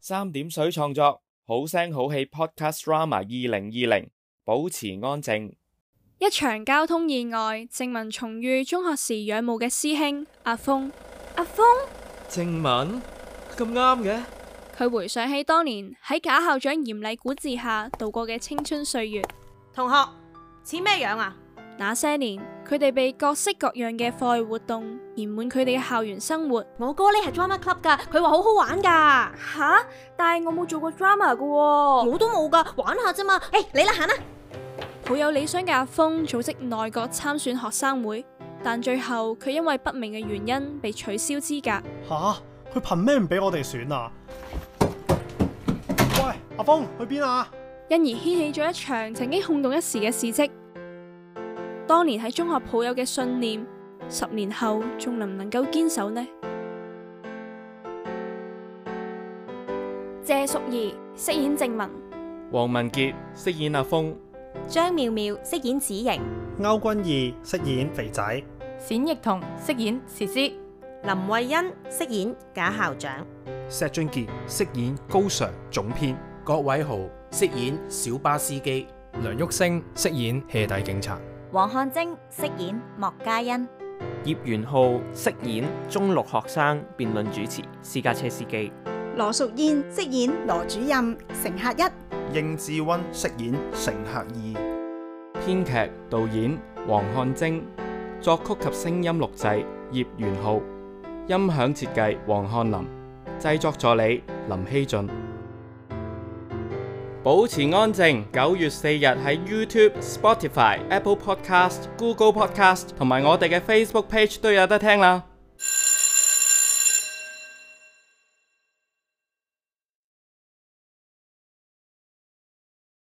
三點水創作，好聲好氣 Podcast Drama 二零二零，保持安靜。一場交通意外，正文重遇中學時仰慕嘅師兄阿峰。阿峰，正文咁啱嘅，佢回想起當年喺賈校長嚴厲管治下度過嘅青春歲月，同學似咩樣啊？那些年佢哋被各式各樣嘅課外活動填滿佢哋嘅校園生活。我哥呢係 drama club 噶，佢話好好玩噶。吓，但係我冇做過 drama 噶喎、我都冇噶，玩下啫嘛。誒、你啊啦行啦。抱有理想嘅阿峰組織內閣參選學生會，但最後佢因為不明嘅原因被取消資格。吓，佢憑咩唔俾我哋選啊？喂，阿峰去邊啊？因而掀起咗一場曾經轟動一時嘅事蹟。當年喺中學抱有嘅信念，十年後仲能唔能夠堅守呢？謝淑儀飾演正文，黃文傑飾演阿峰，張妙妙飾演子瑩，歐君義飾演肥仔，冼亦彤飾演詩詩，林慧欣飾演賈校長。石俊傑飾演高 Sir 總編，郭偉豪飾演小巴司機，梁旭升飾演戲底警察，黃漢晶飾演莫嘉欣，葉元浩飾演中六學生辯論主持、私家車司機。羅淑燕飾演羅主任，乘客一。應志温飾演乘客二，編劇導演黃漢晶，作曲及聲音錄製葉元浩，音響設計黃漢林，製作助理林希俊。保持安靜，九月四日喺 YouTube、Spotify、Apple Podcast、Google Podcast 同埋我哋嘅 Facebook page 都有得聽啦。